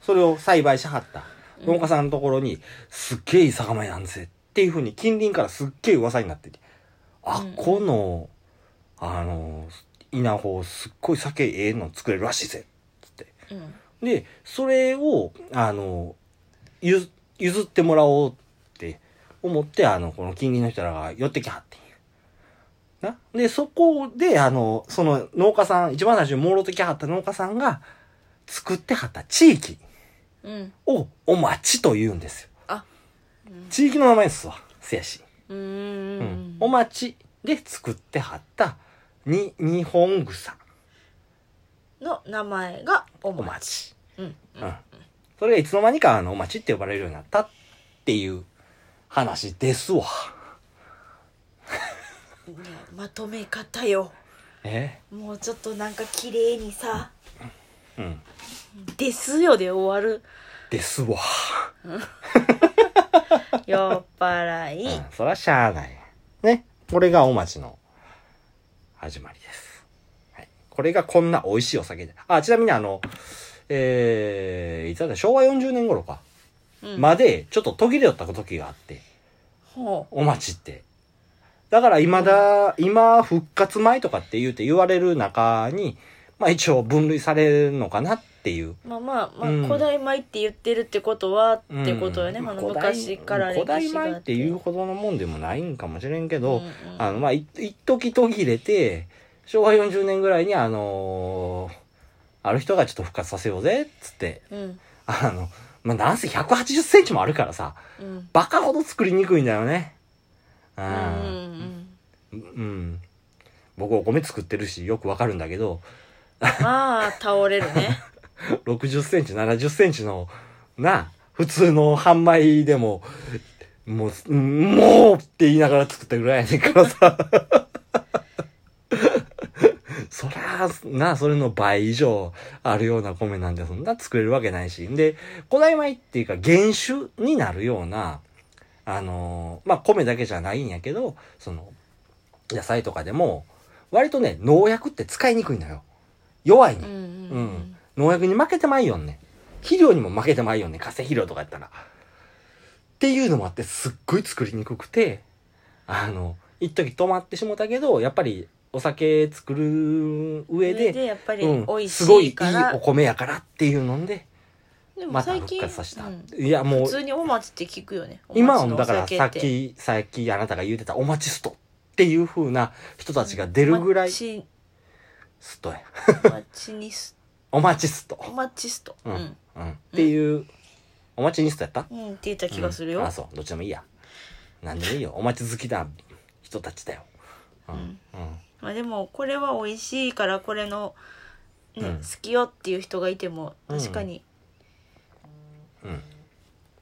Speaker 1: それを栽培しはった農家さんのところに、すっげえいい酒米なんぜっていうふうに近隣からすっげえ噂になってて、あ
Speaker 2: うん、
Speaker 1: この、あの、稲穂すっごい酒ええの作れるらしいぜ。
Speaker 2: うん
Speaker 1: で、それを、あの、ゆ譲ってもらおうって思って、あの、この近隣の人らが寄ってきはってんやな。で、そこで、あの、その農家さん、一番最初にもろてきはった農家さんが作ってはった地域
Speaker 2: うん
Speaker 1: をお町と言うんですよ。
Speaker 2: あ
Speaker 1: 地域の名前ですわ。せやし。
Speaker 2: う
Speaker 1: うんん。お町で作ってはった、に、日本草。
Speaker 2: の名前がお
Speaker 1: お
Speaker 2: ま
Speaker 1: 町。
Speaker 2: うん
Speaker 1: うん。それがいつの間にか、あの、お町って呼ばれるようになったっていう話ですわ。
Speaker 2: いやまとめ方よ
Speaker 1: え
Speaker 2: もうちょっとなんか綺麗にさ
Speaker 1: うん。
Speaker 2: 「ですよ」で
Speaker 1: [laughs]
Speaker 2: 終わる
Speaker 1: ですわ。
Speaker 2: 酔っ払
Speaker 1: う
Speaker 2: い、
Speaker 1: ん。そらしゃあない。ね。これがお町の始まりです。はい。これがこんな美味しいお酒で。あ、ちなみにあの、えー、いつだった昭和40年頃か。
Speaker 2: うん
Speaker 1: まで、ちょっと途切れよった時があって、
Speaker 2: ほ
Speaker 1: お待ちって。だから今だ、今復活前とかって言うて言われる中に、まあ一応分類されるのかなっていう。
Speaker 2: うまあまあまあ、
Speaker 1: うん
Speaker 2: 古代米って言ってるってことはっ
Speaker 1: うん
Speaker 2: てことよね、あの
Speaker 1: 古代
Speaker 2: 昔から歴
Speaker 1: 古代
Speaker 2: 史があ
Speaker 1: 米っていうほどのもんでもないんかもしれんけど、
Speaker 2: うんうん
Speaker 1: あの、まあ、い一時途切れて、昭和40年ぐらいにあのーある人がちょっと復活させようぜ、っつって、
Speaker 2: うん
Speaker 1: あの、まあ、なんせ180センチもあるからさ、
Speaker 2: うん
Speaker 1: バカほど作りにくいんだよね。う
Speaker 2: うん
Speaker 1: ん。
Speaker 2: うん
Speaker 1: うん。僕お米作ってるしよくわかるんだけど、
Speaker 2: まあ、倒れるね。
Speaker 1: 60センチ、70センチの、な、普通の販売でも、もうす、んもうって言いながら作ったぐらいやねんからさ。 [laughs] そら、な、それの倍以上あるような米なんてそんな作れるわけないし。で、古代米っていうか原種になるような、あのーまあ、米だけじゃないんやけど、その、野菜とかでも、割とね、農薬って使いにくいのよ。弱いね
Speaker 2: うんん。うん
Speaker 1: う
Speaker 2: うんん。
Speaker 1: 農薬に負けてまいよんね。肥料にも負けてまいよんね。化成肥料とかやったら。っていうのもあって、すっごい作りにくくて、あの、一時止まってしもたけど、やっぱりお酒作る上
Speaker 2: で
Speaker 1: で、
Speaker 2: やっぱり
Speaker 1: うん
Speaker 2: 美味し
Speaker 1: すごいい
Speaker 2: い
Speaker 1: い
Speaker 2: から、
Speaker 1: お米やからっていうので、
Speaker 2: でも
Speaker 1: また
Speaker 2: 最近、
Speaker 1: 復活させた。
Speaker 2: うん
Speaker 1: いや、も
Speaker 2: 普
Speaker 1: う、
Speaker 2: 通にお町って聞くよね
Speaker 1: 今
Speaker 2: お
Speaker 1: は
Speaker 2: 町の
Speaker 1: だから
Speaker 2: お酒
Speaker 1: さってき、さっきあなたが言うてたお待ちストっていう風な人たちが出るぐらい、
Speaker 2: お町
Speaker 1: ストや。
Speaker 2: お町にす
Speaker 1: お待ちスト。
Speaker 2: お町スト
Speaker 1: う
Speaker 2: うんん、
Speaker 1: うん。っていう、お待ちニストやった
Speaker 2: うん、って言った気がするよ、
Speaker 1: うんあそうどっちでもいいや何でもいいよお待ち好きな人たちだようん、うん
Speaker 2: まあ、でもこれは美味しいからこれの、ね
Speaker 1: うん
Speaker 2: 好きよっていう人がいても確かに、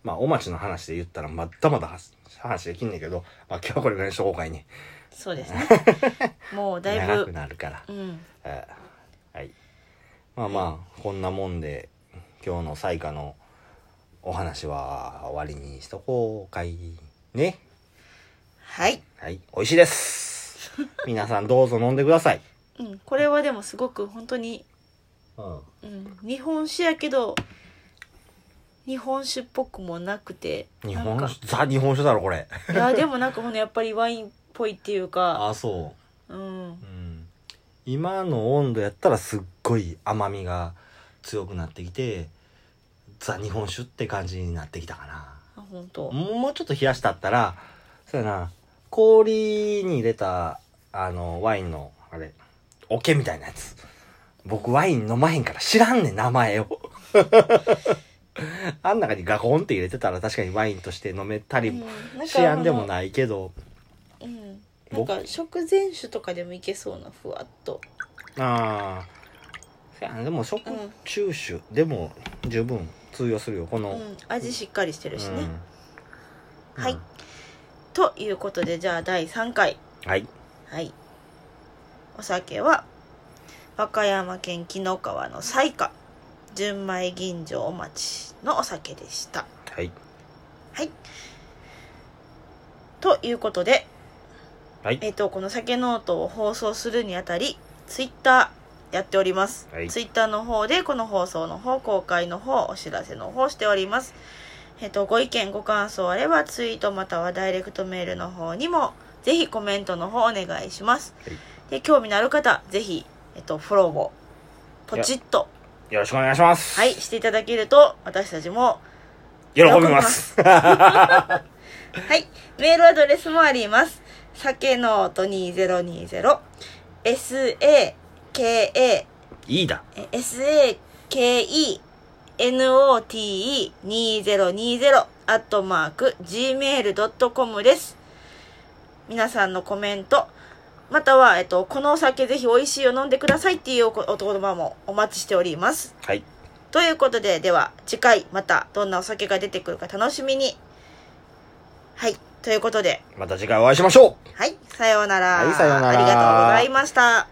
Speaker 1: まあお待ちの話で言ったらまだまだ話話できんねんけど、まあ、今日はこれぐらいにしとこうかいね
Speaker 2: そうで
Speaker 1: [laughs]
Speaker 2: すねもうだい
Speaker 1: 長く
Speaker 2: ぶ、
Speaker 1: なるから、
Speaker 2: うん、
Speaker 1: えーはいまあまあこんなもんで今日の彩花のお話は終わりにしとこうかいね
Speaker 2: はい、
Speaker 1: はい美味しいです
Speaker 2: [laughs]
Speaker 1: 皆さんどうぞ飲んでください、
Speaker 2: うん、これはでもすごく本当に、
Speaker 1: うん
Speaker 2: うん、日本酒やけど日本酒っぽくもなくて
Speaker 1: 日
Speaker 2: なん
Speaker 1: 本
Speaker 2: か
Speaker 1: 酒ザ日本酒だろこれ
Speaker 2: いやでもなんかほんとやっぱりワインっぽいっていうか、
Speaker 1: あそう
Speaker 2: うん
Speaker 1: う、ん、今の温度やったらすっごい甘みが強くなってきてザ日本酒って感じになってきたかな
Speaker 2: あ本当、
Speaker 1: もうちょっと冷やしたったらそうやな氷に入れたあのワインのあれ桶みたいなやつ僕ワイン飲まへんから知らんねん名前を [laughs] あん中にガコンって入れてたら確かにワインとして飲めた
Speaker 2: う
Speaker 1: り
Speaker 2: ん、なん
Speaker 1: しやんでも
Speaker 2: い、
Speaker 1: ないけど
Speaker 2: うん、なんか食前酒とかでもいけそうなふわっと、
Speaker 1: ああせやなでも食
Speaker 2: うん
Speaker 1: 中酒でも十分通用するよこ
Speaker 2: う
Speaker 1: の、
Speaker 2: ん、味しっかりしてるしね、
Speaker 1: うん
Speaker 2: はいということでじゃあ第3回
Speaker 1: はい
Speaker 2: はいお酒は和歌山県紀の川の彩花純米吟醸町のお酒でした
Speaker 1: はい
Speaker 2: はいということで
Speaker 1: はい
Speaker 2: えっと、この酒ノートを放送するにあたり、ツイッターやっております。
Speaker 1: はい
Speaker 2: ツイッターの方で、この放送の方、公開の方、お知らせの方しております。えっと、ご意見、ご感想あれば、ツイートまたはダイレクトメールの方にも、ぜひコメントの方お願いします。
Speaker 1: はい
Speaker 2: で、興味のある方、ぜひ、えっと、フォローを、ポチッと、
Speaker 1: よろしくお願いします
Speaker 2: はい、していただけると、私たちも、
Speaker 1: 喜びます
Speaker 2: はい、メールアドレスもあります。さけのーと2020、sake、
Speaker 1: [laughs] いいだ
Speaker 2: sakenote2020 アットマーク gmail.com です。皆さんのコメント、または、えっと、このお酒ぜひ美味しいを飲んでくださいっていうおお言葉もお待ちしております。
Speaker 1: はい
Speaker 2: ということで、では次回またどんなお酒が出てくるか楽しみに。はい。ということで、
Speaker 1: また次回お会いしましょう
Speaker 2: はい。さようなら。
Speaker 1: はいさようなら
Speaker 2: ありがとうございました。